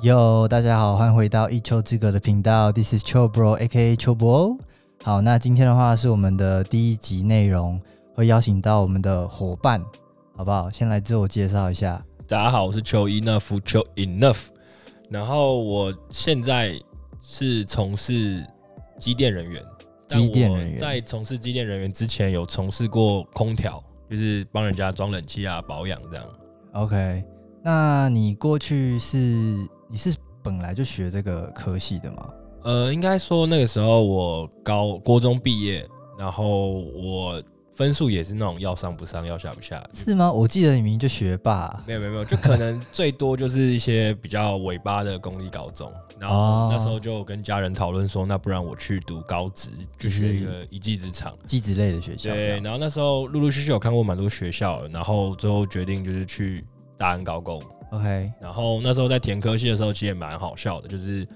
Yo，大家好，欢迎回到一丘之隔的频道，This is 丘 Bro，A.K.A 丘博。好，那今天的话是我们的第一集内容，会邀请到我们的伙伴，好不好？先来自我介绍一下。大家好，我是邱 Enough 邱 Enough，然后我现在是从事机电人员。但机电人员我在从事机电人员之前，有从事过空调，就是帮人家装冷气啊、保养这样。 OK，那你过去是你是本来就学这个科系的吗？呃，应该说那个时候我高国中毕业，然后我分数也是那种要上不上，要下不下。是吗？我记得你明明就学霸。没有没有没有，就可能最多就是一些比较尾巴的公立高中，然哦后那时候就跟家人讨论说，那不然我去读高职，就是一个一技之长。技职类的学校，对，，然后那时候陆陆续续有看过蛮多学校的，然后最后决定就是去大安高工。 OK，然后那时候在填科系的时候，其实也蛮好笑的，就是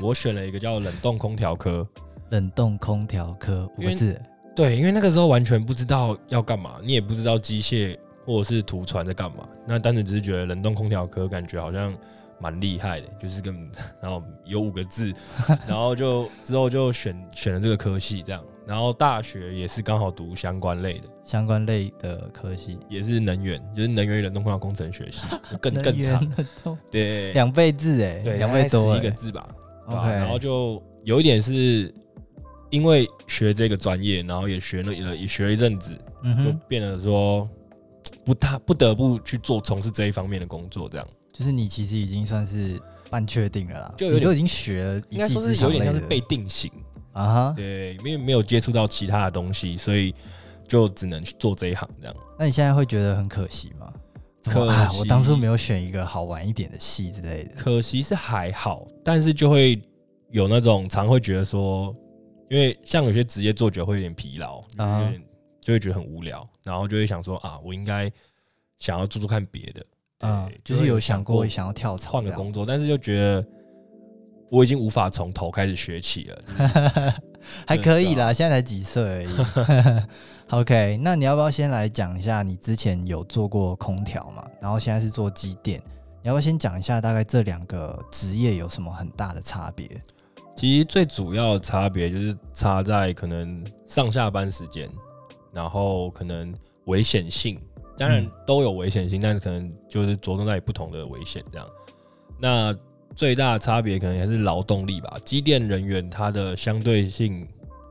我选了一个叫冷冻空调科。冷冻空调科五因个为字，对，因为那个时候完全不知道要干嘛，你也不知道机械或者是图传在干嘛，那单纯只是觉得冷冻空调科感觉好像蛮厉害的，就是跟 然后有五个字，然 后就之后就选选了这个科系这样，然后大学也是刚好读相关类的，相关类的科系，也是能源，就是能源与冷冻空调工程学 系，就更能更源长，冷冻对两倍字哎，对，两倍多一个哎字吧，对吧，OK，然后就有一点是因为学这个专业，然后也学了也学了一阵子。嗯就哼，变得说不太不得不去做从事这一方面的工作，这样就是你其实已经算是半确定了啦，就有你点都已经学了一应该技说之是长有类点像是的被定型，啊哈。对，因为没有接触到其他的东西，所以就只能去做这一行这样。那你现在会觉得很可惜吗？怎么可啊，惜我当初没有选一个好玩一点的戏之类的。可惜是还好，但是就会有那种常会觉得说，因为像有些职业做久会有点疲劳，啊有点就会觉得很无聊，然后就会想说啊，我应该想要做做看别的，对嗯，就是有想过想要跳槽换这个样，工作，但是就觉得我已经无法从头开始学起了。 还可以啊啦，现在才几岁而 已。OK，那你要不要先来讲一下你之前有做过空调嘛？然后现在是做机电，你要不要先讲一下大概这两个职业有什么很大的差别？其实最主要的差别就是差在可能上下班时间，然后可能危险性，当然嗯都有危险性，但是可能就是着重在不同的危险这样。那最大的差别可能还是劳动力吧，机电人员他的相对性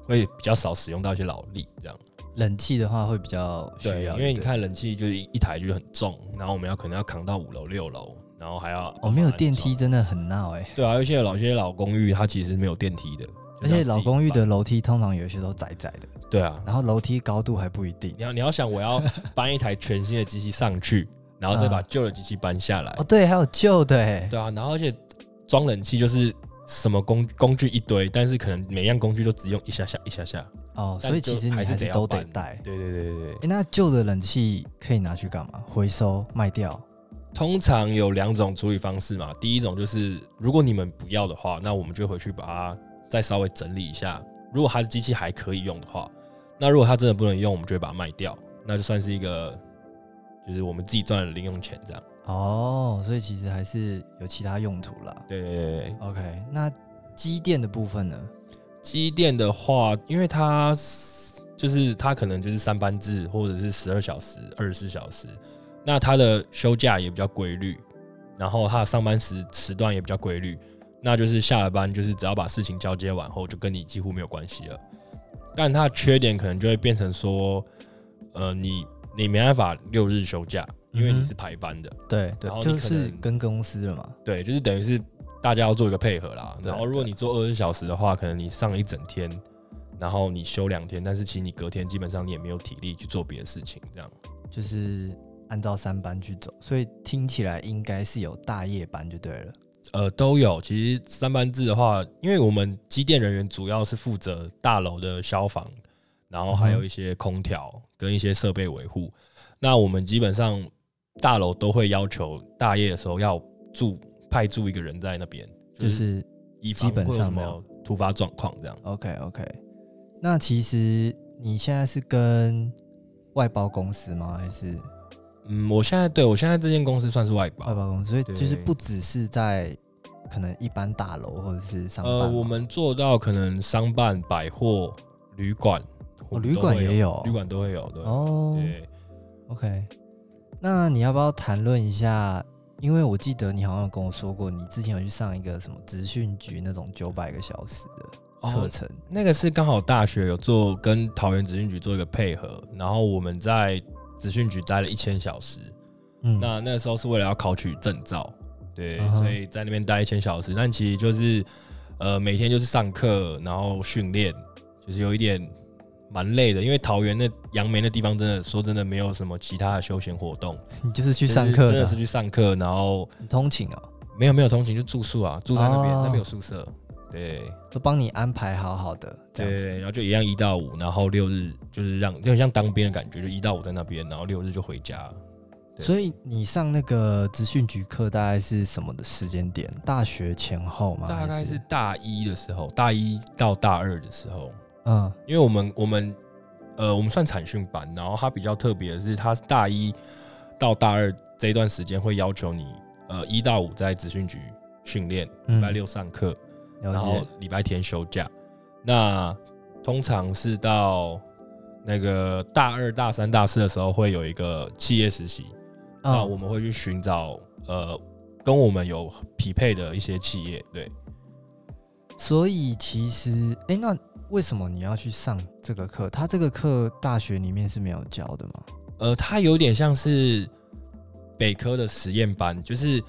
会比较少使用到一些劳力这样。冷气的话会比较需对，要，因为你对不对看冷气就是一台就是很重，然后我们要可能要扛到五楼六楼，然后还要哦，没有把它电装梯真的很闹哎、对啊，而且老一些老公寓它其实没有电梯的，而就是要且自己老公寓的搬楼梯通常有一些都窄窄的，对啊，然后楼梯高度还不一定。你要你要想 我要搬一台全新的机器上去，然后再把旧的机器搬下来，啊哦，对，还有旧的哎、对啊，然后而且装冷气就是什么工工具一堆，但是可能每样工具都只用一下下一下下，哦，但所以其实你就还是还得是要都得搬带。对对对对诶对，那旧的冷气可以拿去干嘛？回收卖掉？通常有两种处理方式嘛，第一种就是如果你们不要的话，那我们就回去把它再稍微整理一下，如果它的机器还可以用的话，那如果它真的不能用，我们就会把它卖掉，那就算是一个就是我们自己赚的零用钱这样，哦，所以其实还是有其他用途啦。对对对对对。 OK，那机电的部分呢？机电的话，因为它是就是它可能就是三班制或者是十二小时、二十四小时，那它的休假也比较规律，然后它的上班时时段也比较规律，那就是下了班就是只要把事情交接完后，就跟你几乎没有关系了。但它的缺点可能就会变成说，呃，你你没办法六日休假，因为嗯你哼是排班的，对然后对，就你可是能跟公司了嘛。对，就是等于是大家要做一个配合啦。对然后如果你做二十小时的话，可能你上一整天，然后你休两天，但是其实你隔天基本上你也没有体力去做别的事情，这样。就是按照三班去走，所以听起来应该是有大夜班就对了。呃，都有。其实三班制的话，因为我们机电人员主要是负责大楼的消防，然后嗯还有一些空调跟一些设备维护。那我们基本上大楼都会要求大夜的时候要住派驻一个人在那边，就就是是以基本上什没有么突发状况这样。 OK OK，那其实你现在是跟外包公司吗？还是嗯，我现在对我现在这间公司算是外包外，包工，所以对就是不只是在可能一般大楼或者是上班嘛，哦呃，我们做到可能商办、百货、旅馆，哦我们旅馆都会也有旅馆都会有，对，哦对， ，OK。那你要不要谈论一下？因为我记得你好像有跟我说过，你之前有去上一个什么职训局那种九百个小时的课哦，程，那个是刚好大学有做跟桃园职训局做一个配合，然后我们在职训局待了一千小时，嗯，那那时候是为了要考取证照，对，嗯哼所以在那边待一千小时，但其实就是呃每天就是上课，然后训练，就是有一点蛮累的，因为桃园那杨梅那地方真的说真的没有什么其他的休闲活动，你就是去上课真的的啊是，去上课，然后你通勤哦，没有没有通勤就住宿啊，住在那边、哦那边有宿舍，对都帮你安排好好的这样子。对，然后就一样一到五，然后六日就是让有点像当兵的感觉，就一到五在那边，然后六日就回家。对所以你上那个职训局课大概是什么的时间点？大学前后吗？大还概是大一的时候，大一到大二的时候，嗯因为我们我们呃我们算产训班，然后它比较特别的是，它大一到大二这一段时间会要求你呃一到五在职训局训练，礼拜嗯六上课，然了后解嗯礼拜天休假。那通常是到那个大二、大三、大四的时候会有一个企业实习，那啊我们会去寻找呃跟我们有匹配的一些企业，对。所以其实，哎、那为什么你要去上这个课？他这个课大学里面是没有教的吗？呃，它有点像是北科的实验班，就是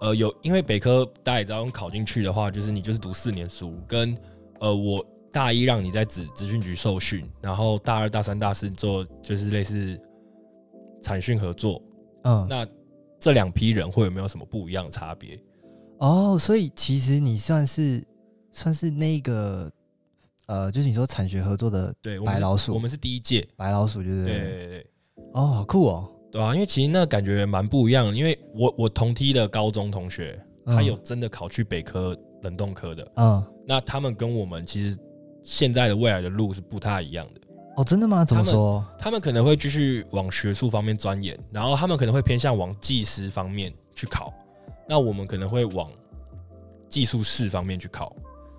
呃有，因为北科大家也知道，用考进去的话，就是你就是读四年书，跟呃我大一让你在职职训局受训，然后大二、大三、大四做就是类似产训合作，嗯，那这两批人会有没有什么不一样的差别？哦，所以其实你算是算是那个呃，就是你说产学合作的对，我们白是老鼠我们是第一届，白老鼠，就是对对对对。哦，好酷哦。对啊，因为其实那感觉蛮不一样的，因为我我同梯的高中同学，嗯他有真的考去北科冷冻科的，嗯那他们跟我们其实现在的未来的路是不太一样的。哦，真的吗？怎么他们说？他们可能会继续往学术方面钻研，然后他们可能会偏向往技师方面去考，那我们可能会往技术士方面去考。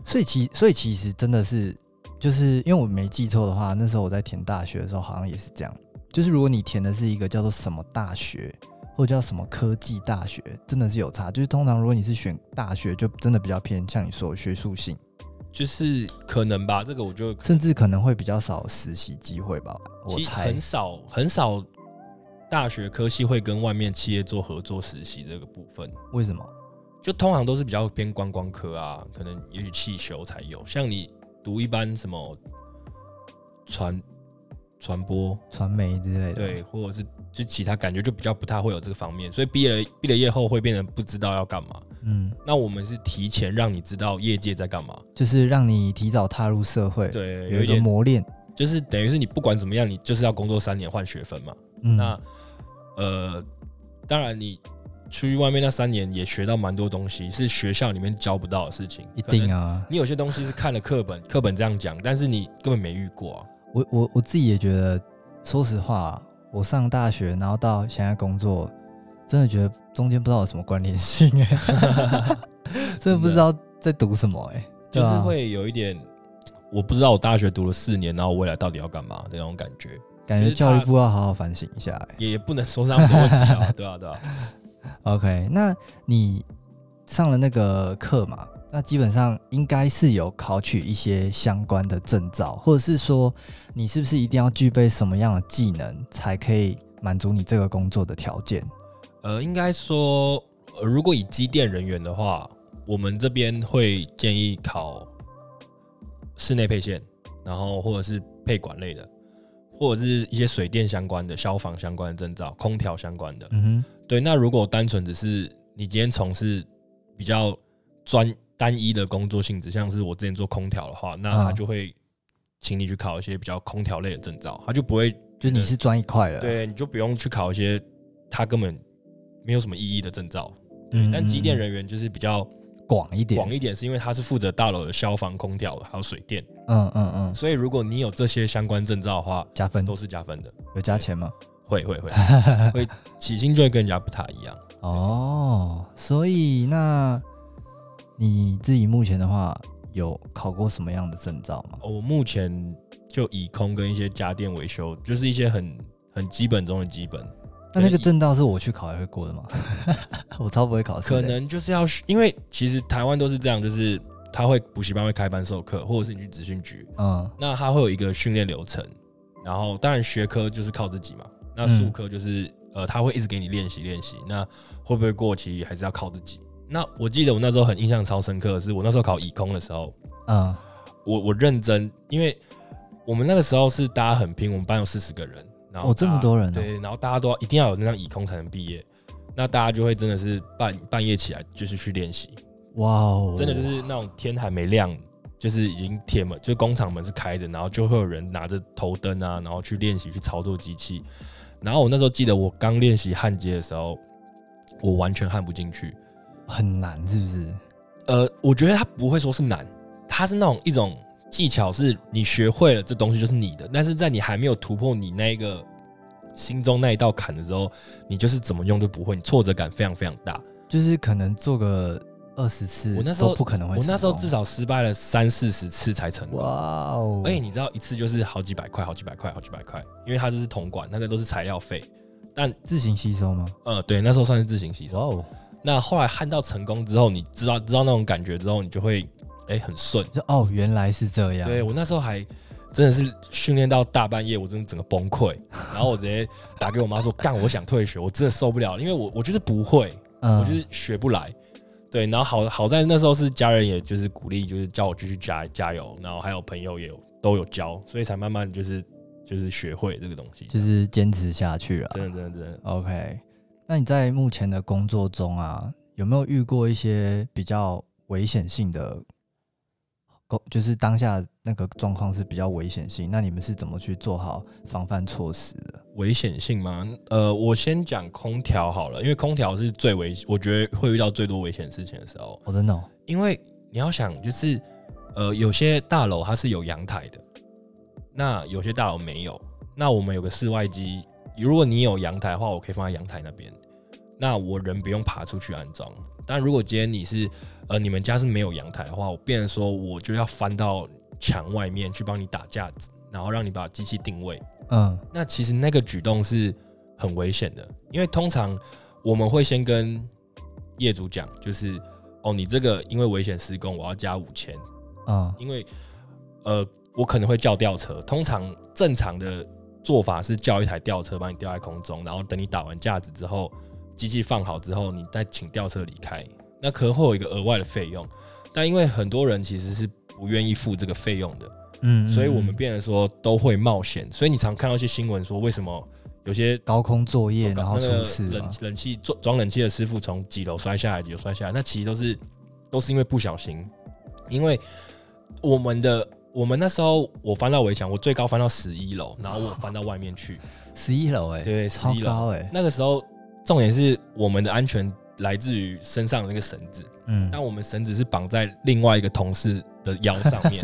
所以其所以其实真的是，就是因为我没记错的话，那时候我在填大学的时候好像也是这样，就是如果你填的是一个叫做什么大学，或者叫什么科技大学，真的是有差。就是通常如果你是选大学，就真的比较偏向你说的学术性，就是可能吧，这个我就甚至可能会比较少实习机会吧。我其实猜很，少很少大学科系会跟外面企业做合作实习这个部分。为什么？就通常都是比较偏观光科啊，可能也许汽修才有。像你读一般什么传传播，传媒之类的，对，，或者是就其他感觉就比较不太会有这个方面，所以毕业了毕了业后会变成不知道要干嘛。嗯，那我们是提前让你知道业界在干嘛，就是让你提早踏入社会，对，有有一一个点磨练。就是等于是你不管怎么样，你就是要工作三年换学分嘛。嗯，那呃，当然你出去外面那三年也学到蛮多东西，是学校里面教不到的事情，一可能定啊，你有些东西是看了课本，课本这样讲，但是你根本没遇过啊。我我我自己也觉得，说实话啊、我上大学然后到现在工作，真的觉得中间不知道有什么关联性 哎、真的不知道在读什么哎、就对是啊会有一点，我不知道我大学读了四年，然后未来到底要干嘛的那种感觉，感觉就是教他育部要好好反省一下哎、也也不能说是他们的问题 啊，对啊，对啊。 OK，那你上了那个课嘛？那基本上应该是有考取一些相关的证照，或者是说你是不是一定要具备什么样的技能才可以满足你这个工作的条件？呃，应该说、呃如果以机电人员的话，我们这边会建议考室内配线，然后或者是配管类的，或者是一些水电相关的、消防相关的证照、空调相关的。嗯对，那如果单纯只是你今天从事比较专单一的工作性质，像是我之前做空调的话，那他嗯就会请你去考一些比较空调类的证照，他就不会哼，就你是专一块了，对，你就不用去考一些他根本没有什么意义的证照。对，嗯，但机电嗯人员就是比较嗯广一点，广一点，是因为他是负责大楼的消防、空调还有水电，嗯嗯嗯，所以如果你有这些相关证照的话，加分都是加分的。有加钱吗？会会 会会起薪就会跟人家不太一样。哦，所以那你自己目前的话，有考过什么样的证照吗？哦我目前就以空跟一些家电维修，就是一些很很基本中的基本，那那个证照是我去考也会过的吗？ 我超不会考试可的，能就是要因为其实台湾都是这样，就是他会补习班会开班授课，或者是你去职训局，嗯那他会有一个训练流程，然后当然学科就是靠自己嘛，那术科就是、呃他会一直给你练习练习，那会不会过期还是要靠自己。那我记得我那时候很印象超深刻的是，我那时候考乙空的时候，嗯我我认真，因为我们那个时候是大家很拼，我们班有四十个人，然后哦这么大家多人哦对，然后大家都要一定要有那张乙空才能毕业，那大家就会真的是半半夜起来就是去练习，哇哦，真的就是那种天还没亮，就是已经铁门，就是工厂门是开着，然后就会有人拿着头灯啊，然后去练习去操作机器。然后我那时候记得我刚练习焊接的时候，我完全焊不进去。很难，是不是？呃，我觉得它不会说是难，它是那种一种技巧，是你学会了这东西就是你的，但是在你还没有突破你那一个心中那一道坎的时候，你就是怎么用都不会，你挫折感非常非常大。就是可能做个二十次，我那时候不可能会我成功。那时候至少失败了三四十次才成功哇。哦，而且你知道一次就是好几百块、好几百块、好几百块，因为它这是铜管，那个都是材料费。自行吸收吗？呃，对，那时候算是自行吸收。哇哦，那后来焊到成功之后，你知道知道那种感觉之后，你就会哎、很顺。就哦，原来是这样。对我那时候还真的是训练到大半夜，我真的整个崩溃，然后我直接打给我妈说：“干，我想退学，我真的受不了了，因为我我就是不会，嗯，我就是学不来。”对，然后好好在那时候是家人，也就是鼓励，就是叫我继续加加油，然后还有朋友也有都有教，所以才慢慢就是就是学会这个东西。就是坚持下去了。真的真的真的， OK，那你在目前的工作中啊，有没有遇过一些比较危险性的工？就是当下那个状况是比较危险性，那你们是怎么去做好防范措施的？危险性吗？呃，我先讲空调好了，因为空调是最危，我觉得会遇到最多危险的事情的时候，哦，真的哦因为你要想就是，呃，有些大楼它是有阳台的，那有些大楼没有，那我们有个室外机，如果你有阳台的话，我可以放在阳台那边。那我人不用爬出去安装，但如果今天你是呃你们家是没有阳台的话，我变成说我就要翻到墙外面去帮你打架子，然后让你把机器定位，嗯那其实那个举动是很危险的，因为通常我们会先跟业主讲，就是哦，你这个因为危险施工，我要加五千，嗯因为呃，我可能会叫吊车。通常正常的做法是叫一台吊车把你吊在空中，然后等你打完架子之后，机器放好之后，你再请吊车离开。那可能会有一个额外的费用，但因为很多人其实是不愿意付这个费用的，嗯，所以我们嗯变得说都会冒险，所以你常看到一些新闻说，为什么有些高空作业然后哦那出个事冷嘛，冷气装装冷气的师傅从几楼摔下来，几楼摔下来，那其实都是都是因为不小心，因为我们的我们那时候我翻到围墙，我最高翻到十一楼，然后我翻到外 面去，十一楼哎，对，十超一楼。高哎，那个时候重点是我们的安全来自于身上的那个绳子，嗯，但我们绳子是绑在另外一个同事的腰上 面，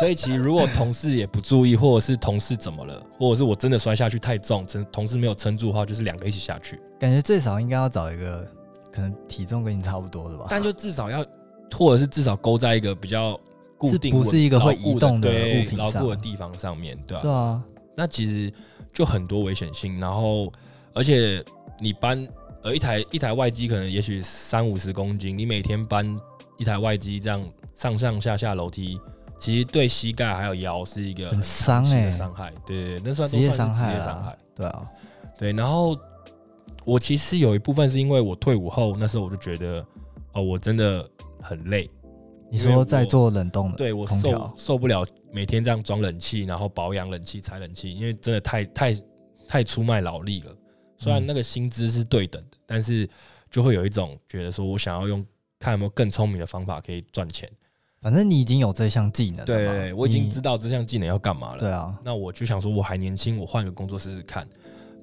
所以其实如果同事也不注意，或者是同事怎么了，或者是我真的摔下去太重，撑同事没有撑住的话，就是两个一起下去。感觉最少应该要找一个可能体重跟你差不多的吧，但就至少要，或者是至少勾在一个比较固定是稳、不是一个会牢固移动的对物品牢固的上地方上面，对吧、对啊，那其实就很多危险性，然后而且你搬呃一台一台外机可能也许三五十公斤，你每天搬一台外机这样上上下下楼梯，其实对膝盖还有腰是一个很伤长期哎的，伤害，对对对，那算职业都算伤是职害业伤啦害，，对啊，对。然后我其实有一部分是因为我退伍后那时候我就觉得哦，我真的很累，你因为说在我做冷冻的，对我空受调受不了每天这样装冷气，然后保养冷气、拆冷气，因为真的太太太出卖劳力了。虽然嗯那个薪资是对等的，但是就会有一种觉得说我想要用看有没有更聪明的方法可以赚钱。嗯反正你已经有这项技能了嘛，对，我已经知道道这项技能要干嘛了。对啊，那我就想说我还年轻，我换个工作试试看，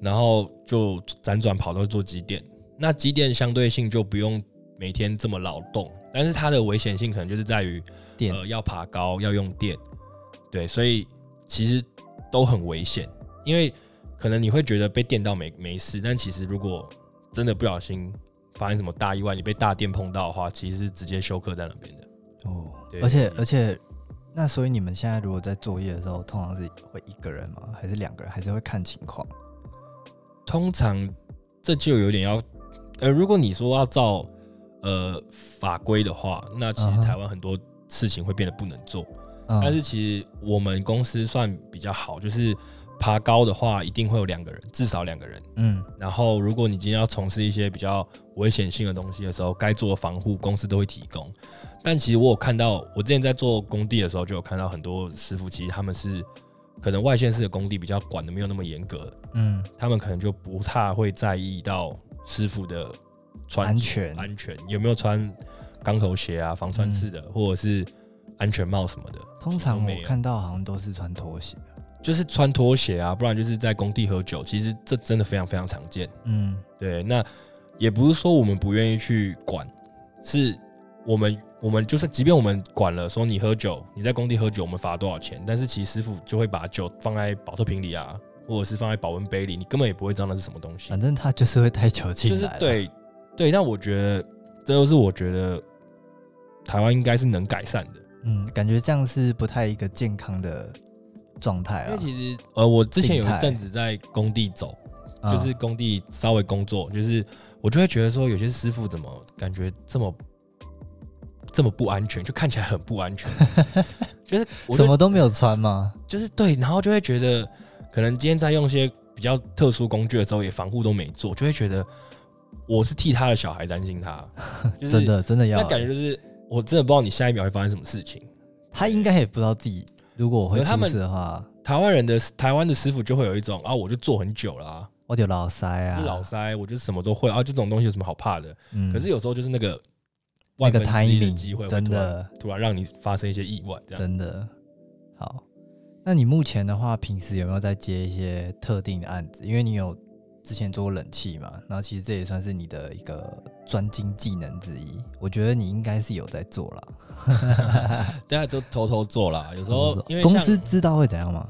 然后就辗转跑到做机电。那机电相对性就不用每天这么劳动，但是它的危险性可能就是在于电呃，要爬高，要用电，对，所以其实都很危险，因为可能你会觉得被电到没没事，但其实如果真的不小心发生什么大意外，你被大电碰到的话，其实是直接休克在那边的。哦对，而且而且，那所以你们现在如果在作业的时候，通常是会一个人吗？还是两个人？还是会看情况？通常这就有点要，呃，如果你说要照呃法规的话，那其嗯实哼台湾很多事情会变得不能做。嗯但是其实我们公司算比较好，就是爬高的话一定会有两个人，至少两个人。嗯然后如果你今天要从事一些比较危险性的东西的时候，该做的防护公司都会提供。但其实我有看到，我之前在做工地的时候就有看到很多师傅，其实他们是可能外县市的工地比较管的没有那么严格，嗯，他们可能就不太会在意到师傅的穿安全安全有没有穿钢头鞋啊、防穿刺的，嗯或者是安全帽什么的。通常都没我有看到好像都是穿拖鞋。就是穿拖鞋啊，不然就是在工地喝酒。其实这真的非常非常常见。嗯对，那也不是说我们不愿意去管，是我们我们就是，即便我们管了，说你喝酒，你在工地喝酒，我们罚多少钱，但是其实师傅就会把酒放在保特瓶里啊，或者是放在保温杯里，你根本也不会知道那是什么东西反。正他就是会带球进就来是啦，对对，但我觉得这都是我觉得台湾应该是能改善的。嗯，感觉这样是不太一个健康的状态因了为。其实，呃，我之前有静态一阵子在工地走，嗯就是工地稍微工作，就是我就会觉得说，有些师傅怎么感觉这么这么不安全，就看起来很不 安全，就是我什就么都没有穿吗？就是对，然后就会觉得可能今天在用一些比较特殊工具的时候，也防护都没做，就会觉得我是替他的小孩担心他，就是真的真的要那欸，感觉就是我真的不知道你下一秒会发生什么事情。他应该也不知道自己，如果我会可他出们事的话，台湾人的台湾的师傅就会有一种啊，我就做很久啦、我就老塞啊，就老塞，我就什么都会啊，这种东西有什么好怕的？嗯，可是有时候就是那个那万个分之一的 timing 机会，真的突然让你发生一些意外，这样。真的好。那你目前的话，平时有没有在接一些特定的案子？因为你有之前做过冷气嘛，然后其实这也算是你的一个专精技能之一。我觉得你应该是有在做了。大家都偷偷做啦，有时候因为公像司知道会怎样吗？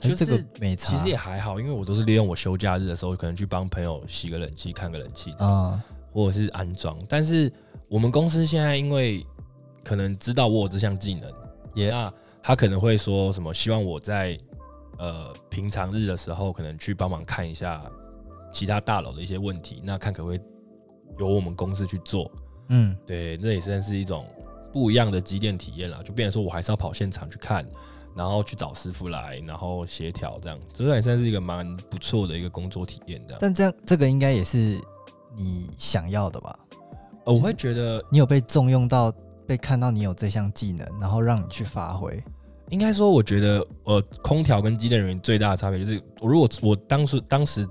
还就是这个没差。其实也还好，因为我都是利用我休假日的时候，可能去帮朋友洗个冷气、看个冷气，啊、或者是安装。但是我们公司现在因为可能知道我有这项技能，也那他可能会说什么，希望我在呃平常日的时候，可能去帮忙看一下其他大楼的一些问题，那看可不可以由我们公司去做。嗯，对，那也算是一种不一样的机电体验啦，就变成说我还是要跑现场去看，然后去找师傅来，然后协调这样，这算也算是一个蛮不错的一个工作体验这样。但这样这个应该也是你想要的吧？呃，我会觉得你有被重用到，被看到你有这项技能，然后让你去发挥。应该说，我觉得呃，空调跟机电人员最大的差别就是，我如果我当时当时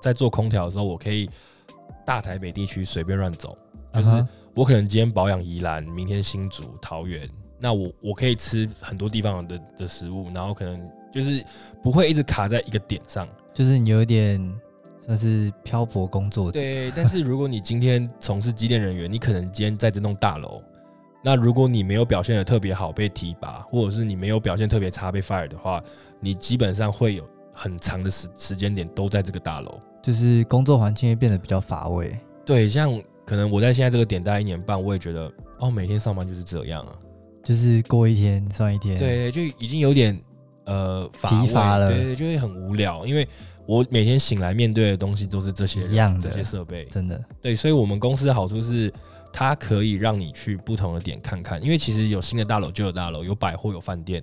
在做空调的时候，我可以大台北地区随便乱走，就是啊哈我可能今天保养宜兰，明天新竹、桃园，那我我可以吃很多地方的的食物，然后可能就是不会一直卡在一个点上。就是你有一点算是漂泊工作者，对，但是如果你今天从事机电人员，你可能今天在这栋大楼，那如果你没有表现的特别好被提拔，或者是你没有表现特别差被 fire 的话，你基本上会有很长的时时间点都在这个大楼。就是工作环境会变得比较乏味。对，像可能我在现在这个点待一年半，我也觉得哦，每天上班就是这样啊。就是过一天算一天，，对，就已经有点呃乏疲味乏了对对，就会很无聊，因为我每天醒来面对的东西都是这些人一样的这些设备，真的，对，所以我们公司的好处是，它可以让你去不同的点看看，因为其实有新的大楼、旧的大楼，有百货、有饭店，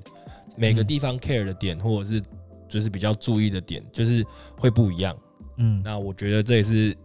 每个嗯地方 care 的点或者是就是比较注意的点，就是会不一样。嗯，那我觉得这也是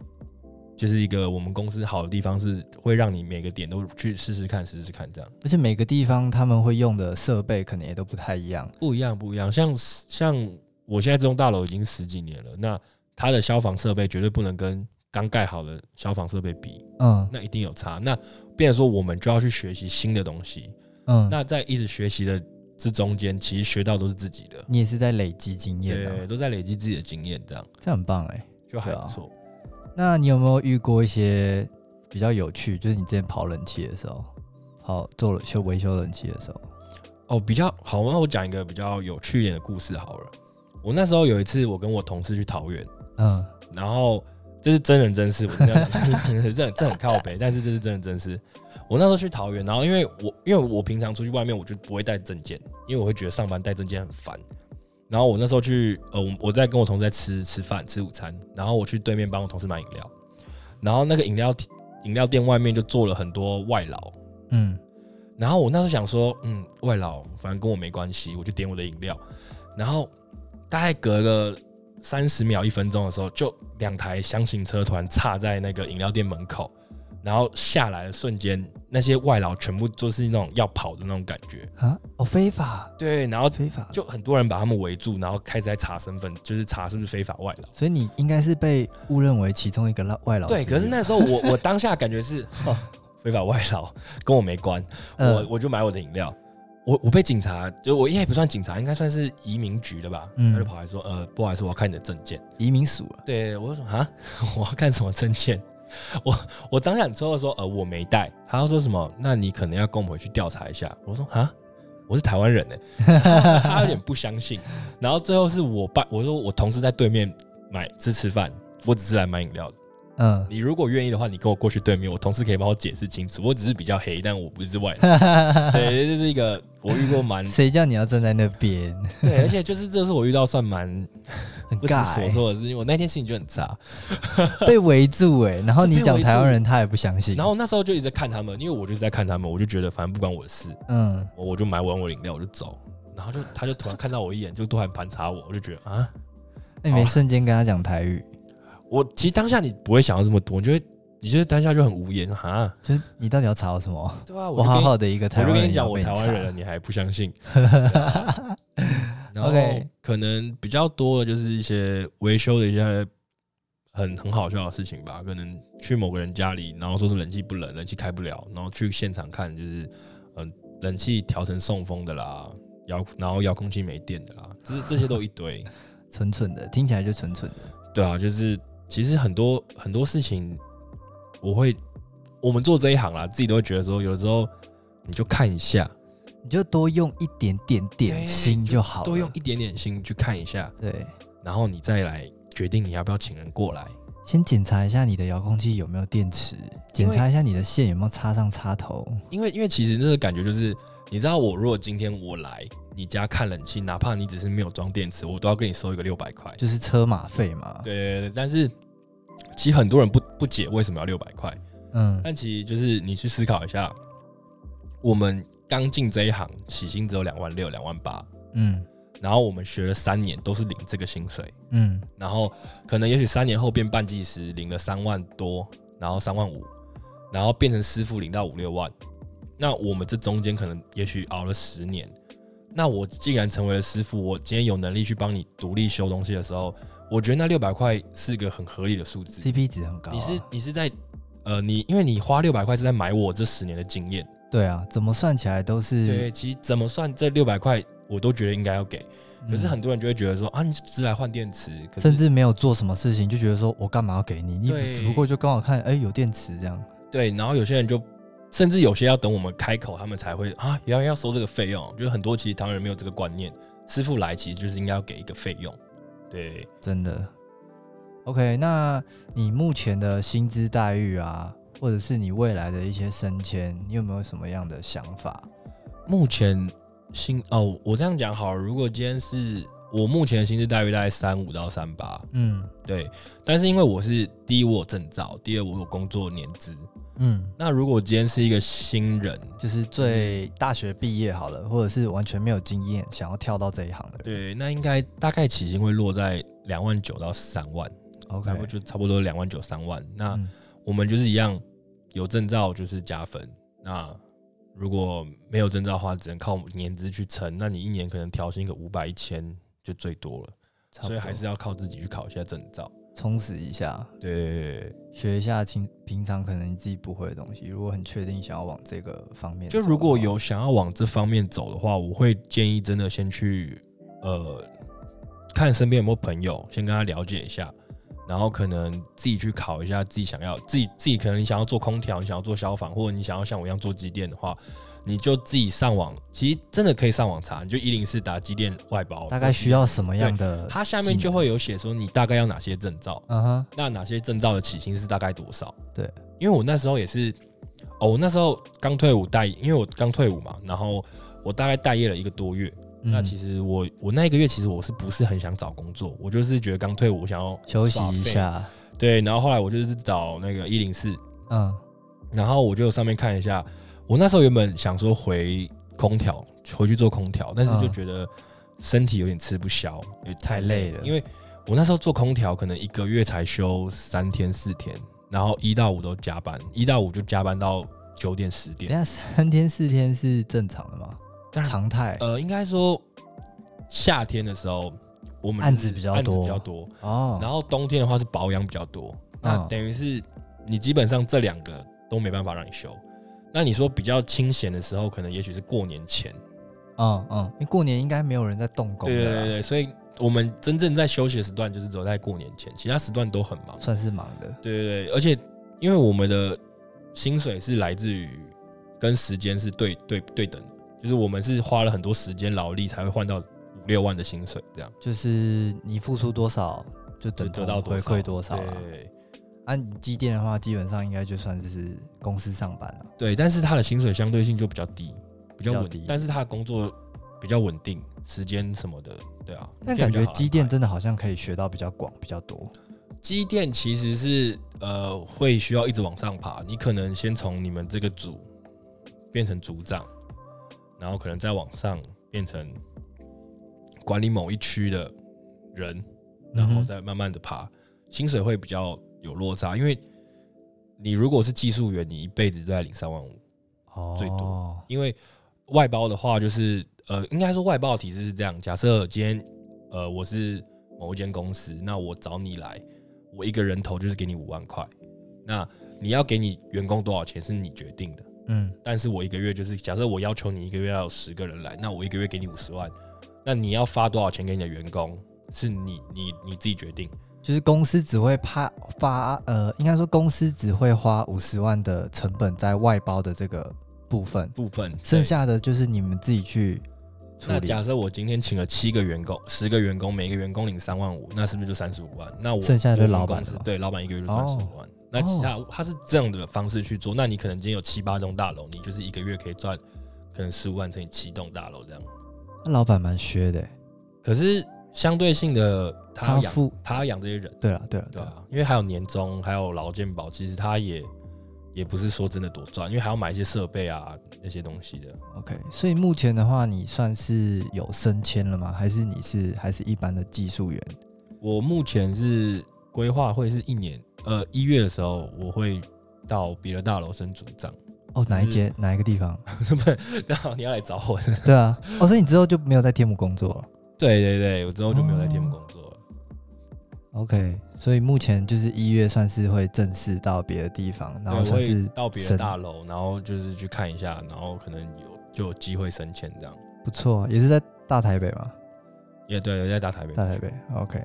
就是一个我们公司好的地方，是会让你每个点都去试试看、试试看这样。而且每个地方他们会用的设备可能也都不太一样，不一样，不一样。像像我现在这栋大楼已经十几年了，那它的消防设备绝对不能跟刚盖好的消防设备比，嗯那一定有差。那变成说我们就要去学习新的东西，嗯，那在一直学习的之中间，其实学到都是自己的，你也是在累积经验啊，对，都在累积自己的经验，这样这很棒哎、就还对啊不错。那你有没有遇过一些比较有趣，就是你之前跑冷气的时候，跑做了修维修冷气的时候，哦，比较好，那我讲一个比较有趣一点的故事好了。我那时候有一次，我跟我同事去桃园，嗯，然后这是真人真事，我真的 这这很靠北，但是这是真人真事。我那时候去桃园，然后因为我因为我平常出去外面我就不会带证件，因为我会觉得上班带证件很烦。然后我那时候去呃，我我在跟我同事在吃吃饭吃午餐，然后我去对面帮我同事买饮料，然后那个饮料饮料店外面就坐了很多外劳，嗯，然后我那时候想说，嗯，外劳反正跟我没关系，我就点我的饮料。然后大概隔了三十秒、一分钟的时候，就两台箱型车团插在那个饮料店门口，然后下来的瞬间，那些外劳全部都是那种要跑的那种感觉。啊，哦，非法，对，然后非法，就很多人把他们围住，然后开始在查身份， 就是查是不是非法外劳。所以你应该是被误认为其中一个外外劳之对，一。可是那时候我我当下感觉是、 哦、非法外劳，跟我没关。我嗯我就买我的饮料。我我被警察，就我应该也不算警察，应该算是移民局的吧。嗯他就跑来说，呃，不好意思，我要看你的证件。移民署了，对，我就说啊， 我要看什么证件？ 我我当下很错愕说，呃，我没带。他说什么？那你可能要跟我们回去调查一下。我说啊，我是台湾人呢、他 他有点不相信。然后最后是我爸，我说我同事在对面买吃吃饭，我只是来买饮料的。嗯，你如果愿意的话，你跟我过去对面，我同事可以帮我解释清楚。我只是比较黑，但我不是外人。 对，这是一个我遇过蛮谁叫你要站在那 边？对，而且就是这是我遇到算蛮很不知尬、所欸，措的事情。我那天心情就很差，被围住 哎、然后你被讲围台湾住人，他也不相信。然后那时候就一直在看他们，因为我就是在看他们，我就觉得反正不关我的事，嗯，我我就买完我的饮料我就走。然后就他就突然看到我一眼，就突然盘查我，我就觉得啊，那你哎没瞬间跟他讲台语，我其实当下你不会想到这么多，你就会你就是当下就很无言啊。就是你到底要查我什么？对啊，我就好跟你好的一个台我就湾跟人你要讲，我被台查，湾人了，你还不相信。 然后 OK 可能比较多的就是一些维修的一些很很好笑的事情吧，可能去某个人家里，然后说是冷气不冷，冷气开不了，然后去现场看就是嗯、冷气调成送风的啦，遥然后遥控器没电的啦，这这些都一 堆。蠢蠢的，听起来就蠢蠢的。对啊，就是其实很多很多事情，我会我们做这一行啦，自己都会觉得说，有的时候你就看一下。你就多用一点点点对心就好了，多用一点点心去看一下，对，然后你再来决定你要不要请人过来。先检查一下你的遥控器有没有电池，检查一下你的线有没有插上插头。因为因为其实那个感觉就是，你知道我如果今天我来你家看冷气，哪怕你只是没有装电池，我都要跟你收一个六百块。就是车马费嘛，对对对，但是其实很多人不不解为什么要六百块，嗯，但其实就是你去思考一下，我们刚进这一行，起薪只有两万六、两万八，嗯然后我们学了三年都是领这个薪水，嗯然后可能也许三年后变半技师，领了三万多，然后三万五，然后变成师傅领到五六万。那我们这中间可能也许熬了十年。那我既然成为了师傅，我今天有能力去帮你独立修东西的时候，我觉得那六百块是个很合理的数字。 ，CP 值很高啊、你是你是在呃你因为你花六百块是在买我这十年的经验，对啊，怎么算起来都是对，，其实怎么算这六百块我都觉得应该要给。可是嗯很多人就会觉得说啊，你就只来换电池，可是甚至没有做什么事情，就觉得说我干嘛要给你？你对只不过就刚好看，哎、有电池这样。对，然后有些人就甚至有些要等我们开口，他们才会啊，要要收这个费用。就是很多其实台湾人没有这个观念，师傅来其实就是应该要给一个费用。对，真的。OK，那你目前的薪资待遇啊，或者是你未来的一些升迁，你有没有什么样的想法？目前薪哦，我这样讲好了，如果今天是我目前的薪资待遇大概三五到三八，嗯对，但是因为我是第一我有证照，第二我有工作年资。嗯，那如果今天是一个新人，就是最嗯大学毕业好了，或者是完全没有经验，想要跳到这一行的人。对，那应该大概起薪会落在两万九到三万， ，OK，差不多啊就差不多两万九三万。那、嗯我们就是一样，有证照就是加分。那如果没有证照的话，只能靠年资去撑。那你一年可能调薪个五百一千就最多了，差不多所以还是要靠自己去考一下证照。充实一下，对，学一下平平常可能你自己不会的东西。如果很确定想要往这个方面走就的话，如果有想要往这方面走的话，我会建议真的先去呃看身边有没有朋友，先跟他了解一下。然后可能自己去考一下自己想要自己自己可能你想要做空调，你想要做消防，或者你想要像我一样做机电的话，你就自己上网，其实真的可以上网查，你就一零四打机电外包，大概需要什么样的？它下面就会有写说你大概要哪些证照，嗯哼，那哪些证照的起薪是大概多少？对，因为我那时候也是，哦，我那时候刚退伍待，因为我刚退伍嘛，然后我大概待业了一个多月。那其实实我我那一个月其实我是不是很想找工作？我就是觉得刚退伍，我想要休息耍废一。下，对，然后后来我就是找那个一零四，嗯，然后我就上面看一下，我那时候原本想说回空调，回去做空调，但是就嗯觉得身体有点吃不消，也太累了因为我那时候做空调，可能一个月才休三天四天，然后一到五都加班，一到五就加班到九点十等一下点。三天四天是正常的吗？当然常态呃，应该说夏天的时候，我们案就是子比较案子多比较多，哦，然后冬天的话是保养比较多，那嗯等于是你基本上这两个都没办法让你休。那你说比较清闲的时候，可能也许是过年前，嗯嗯，因为过年应该没有人在动工对对对的啦，对，所以我们真正在休息的时段就是只有在过年前，其他时段都很忙。算是忙的，对对对，而且因为我们的薪水是来自于跟时间是对对对等的，就是我们是花了很多时间劳力才会换到五六万的薪水，这样就是你付出多少就就等得到同多回少馈多少啊对啦对。对按你机电的话，基本上应该就算是公司上班了，对，但是他的薪水相对性就比较低，比较比较稳低，但是他的工作比较稳定，时间什么的，对啊。但这样感觉比较好机安电排真的好像可以学到比较广、比较多。机电其实是呃会需要一直往上爬，你可能先从你们这个组变成组长，然后可能再往上变成管理某一区的人，然嗯后哼再慢慢的爬，薪水会比较有落差，因为你如果是技术员，你一辈子都在领三万五。哦，最多因为外包的话，就是呃，应该说外包的体制是这样：假设今天呃我是某一间公司，那我找你来，我一个人头就是给你五万块，那你要给你员工多少钱是你决定的。嗯，但是我一个月就是，假设我要求你一个月要有十个人来，那我一个月给你五十万，那你要发多少钱给你的员工是你你你自己决定。就是公司只会怕发呃，应该说公司只会花五十万的成本在外包的这个部分，部分剩对下的就是你们自己去处那理，假设我今天请了七个员工，十个员工，每个员工领三万五，那是不是就三十五万？那我剩下的就是我们老板啊公司了吧哦对老板一个月就赚十五万。那其他他是这样的方式去做，那你可能今天有七八栋大楼，你就是一个月可以赚可能十五万乘以七栋大楼这样。那老板蛮削的欸，可是相对性的，他要养付。他要养这些人，对了，对了，对对了，啊，因为还有年终，还有劳健保，其实他也也不是说真的多赚，因为还要买一些设备啊那些东西的。 OK，所以目前的话，你算是有升迁了吗？还是你是还是一般的技术员？我目前是规划会是一年，呃，一月的时候我会到别的大楼升组长。 哦，哪一嗯间哪一个地方？然后你要来找我？对啊，哦，所以你之后就没有在天母工作了。对对对，我之后就没有在天哦幕工作了。 OK，所以目前就是一月算是会正式到别的地方，然后对我算是会到别的升大楼，然后就是去看一下，然后可能有就有机会升迁这样。不错，啊也是在大台北嘛，也对，在大台北。大台北。OK，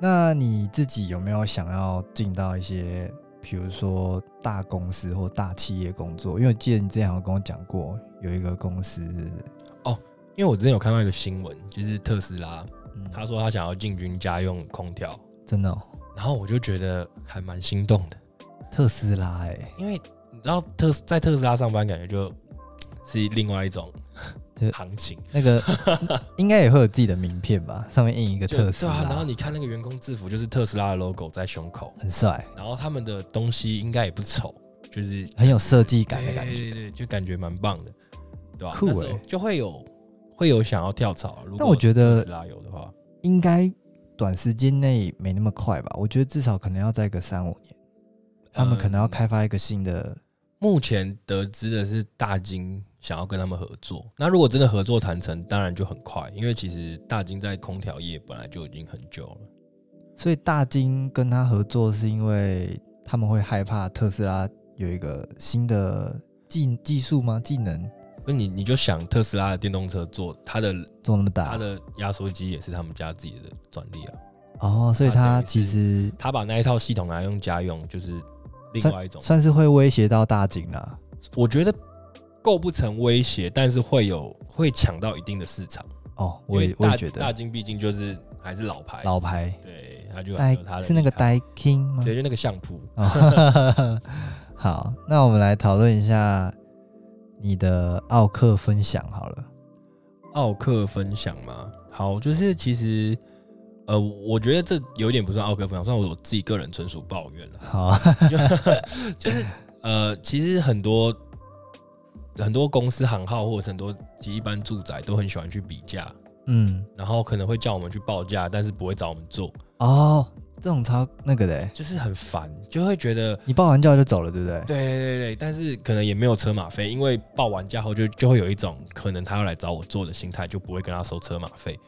那你自己有没有想要进到一些，比如说大公司或大企业工作？因为我记得你之前好像跟我讲过，有一个公司是不是，因为我之前有看到一个新闻，就是特斯拉，嗯，他说他想要进军家用空调，真的、哦、然后我就觉得还蛮心动的，特斯拉哎、因为你知道特在特斯拉上班，感觉就是另外一种 对行情。那 个应该也会有自己的名片吧，上面印一个就特斯拉，对啊，然后你看那个员工制服，就是特斯拉的 logo 在胸口，很帅，然后他们的东西应该也不丑，就是很有设计感的感对觉。对对，就感觉蛮棒的，对吧、酷那时候欸就会有会有想要跳槽，啊如果但我觉得特斯拉有的话，应该短时间内没那么快吧？我觉得至少可能要再个三五年，他们可能要嗯开发一个新的。目前得知的是，大金想要跟他们合作。那如果真的合作谈成，当然就很快，因为其实大金在空调业本来就已经很久了。所以大金跟他合作是因为他们会害怕特斯拉有一个新的技技术吗？技能那你你就想特斯拉的电动车做，它的做那么大它的压缩机也是他们家自己的专利啊。哦，所以它它等于其是实他把那一套系统拿来用家用，就是另外一种。算是会威胁到大景啦。我觉得构不成威胁，但是会有会抢到一定的市场。哦，因我为也我大也觉大得金毕竟就是还是老牌，老，牌对，他就还呆有他的是那个厉害，呆 king 吗？对，就那个相扑。哦 好，那我们来讨论一下你的奥克分享好了。奥克分享嘛，好，就是其实，呃，我觉得这有点不算奥克分享，算我自己个人纯属抱怨了。好， 就是呃，其实很多很多公司行号或者是很多其实一般住宅都很喜欢去比价，嗯，然后可能会叫我们去报价，但是不会找我们做，哦，这种超那个的欸，就是很烦，就会觉得你报完价就走了，对不对？对对对对，但是可能也没有车马费，因为报完价后就就会有一种可能他要来找我做的心态，就不会跟他收车马费。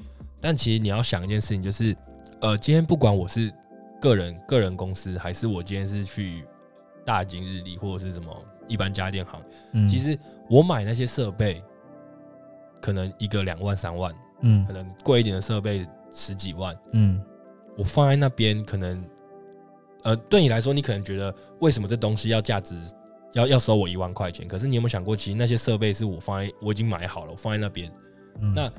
但其实你要想一件事情，就是呃，今天不管我是个人个人公司，还是我今天是去大金日立或者是什么一般家电行，嗯，其实我买那些设备，可能一个两万三万，嗯可能贵一点的设备十几万，嗯我放在那边，可能，呃，对你来说，你可能觉得为什么这东西要价值要要收我一万块钱？可是你有没有想过，其实那些设备是我放在我已经买好了，我放在那边，嗯，那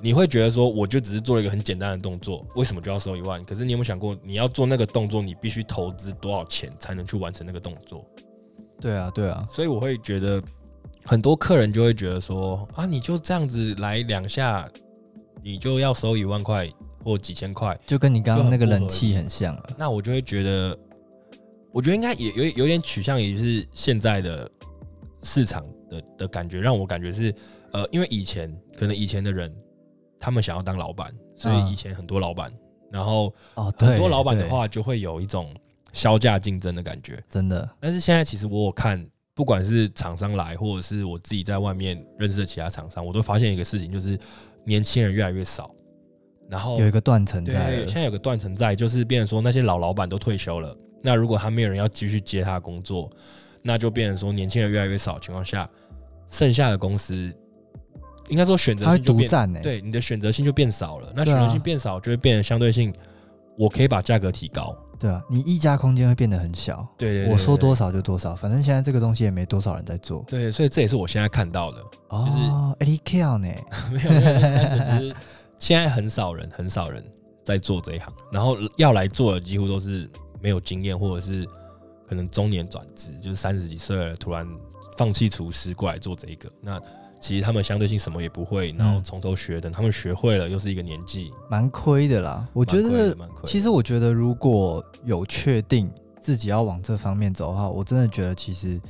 你会觉得说，我就只是做了一个很简单的动作，为什么就要收一万？可是你有没有想过，你要做那个动作，你必须投资多少钱才能去完成那个动作？对啊对啊，所以我会觉得，很多客人就会觉得说，啊，你就这样子来两下，你就要收一万块或几千块。就跟你刚刚那个就很不冷合气很像了。那我就会觉得，我觉得应该也有有点取向于是现在的市场的的感觉，让我感觉是，呃，因为以前可能以前的人他们想要当老板，所嗯以以前很多老板，然后哦，对，很多老板的对话就会有一种销价竞争的感觉。真的，但是现在其实我有看，不管是厂商来，或者是我自己在外面认识的其他厂商，我都发现一个事情，就是年轻人越来越少，然后有一个断层哦对在了现在有个断层在，就是变成说那些老老板都退休了，那如果他没有人要继续接他的工作，那就变成说年轻人越来越少的情况下，剩下的公司应该说选择他会性就独变，占欸呢。，对你的选择性就变少了。那对选啊择性变少，就会变成相对性，我可以把价格提高。对啊，你溢价空间会变得很小。对对对我说对多少就多少，反正现在这个东西也没多少人在做。对，所以这也是我现在看到的，哦，哎，你 kill 呢？ 没有，没有单纯只是现在很少人，很少人在做这一行，然后要来做的几乎都是没有经验，或者是可能中年转职，就是三十几岁了，突然放弃厨师过来做这一个。那其实他们相对性什么也不会，然嗯后从头学，等他们学会了，又是一个年纪，蛮亏的啦。我觉蛮亏得的，蛮亏的。其实我觉得，如果有确定自己要往这方面走的话，我真的觉得其实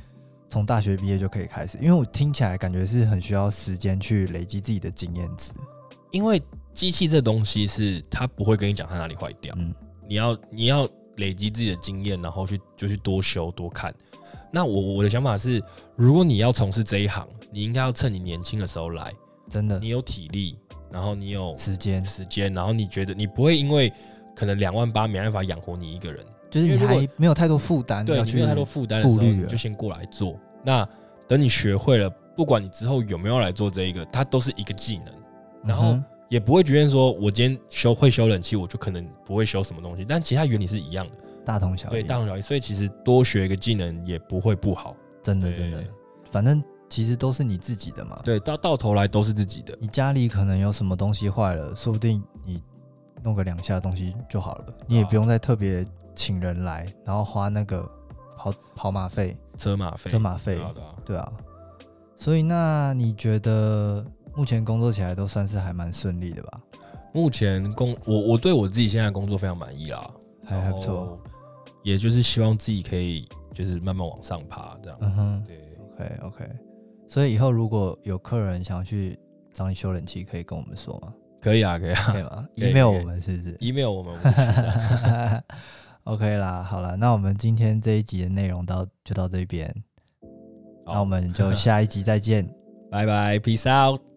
从大学毕业就可以开始，因为我听起来感觉是很需要时间去累积自己的经验值。因为机器这东西是它不会跟你讲它哪里坏掉，嗯你要你要累积自己的经验，然后去就去多修多看。那我我的想法是，如果你要从事这一行，你应该要趁你年轻的时候来，真的你，有体力，然后你有时间时间，然后你觉得你不会因为可能两万八没办法养活你一个人，就是因你为如果还没有太多负担啊对要你去没有太多负担的时顾候，虑啊你了就先过来做。那等你学会了，不管你之后有没有来做这一个，它都是一个技能。然后嗯哼也不会觉得说我今天修会修冷气，我就可能不会修什么东西，但其他原理是一样的，大同小对，异，大同小异。所以其实多学一个技能也不会不好，真的对真的，反正其实都是你自己的嘛。对，到到头来都是自己的。你家里可能有什么东西坏了，说不定你弄个两下东西就好了，你也啊不用再特别请人来，然后花那个跑跑马费、车马费，车马费对，啊对啊对啊。所以那你觉得目前工作起来都算是还蛮顺利的吧？目前工我我对我自己现在的工作非常满意啦，还还不哦错。，也就是希望自己可以就是慢慢往上爬这样。嗯哼对， ，OK OK。所以以后如果有客人想要去找你修冷气，可以跟我们说 吗？可以啊，可以啊。可以吗可以？email 可以我们是不是？ email 我 们无需的， OK 啦，好了，那我们今天这一集的内容到就到这边，那好我们就下一集再见。拜拜，peace out。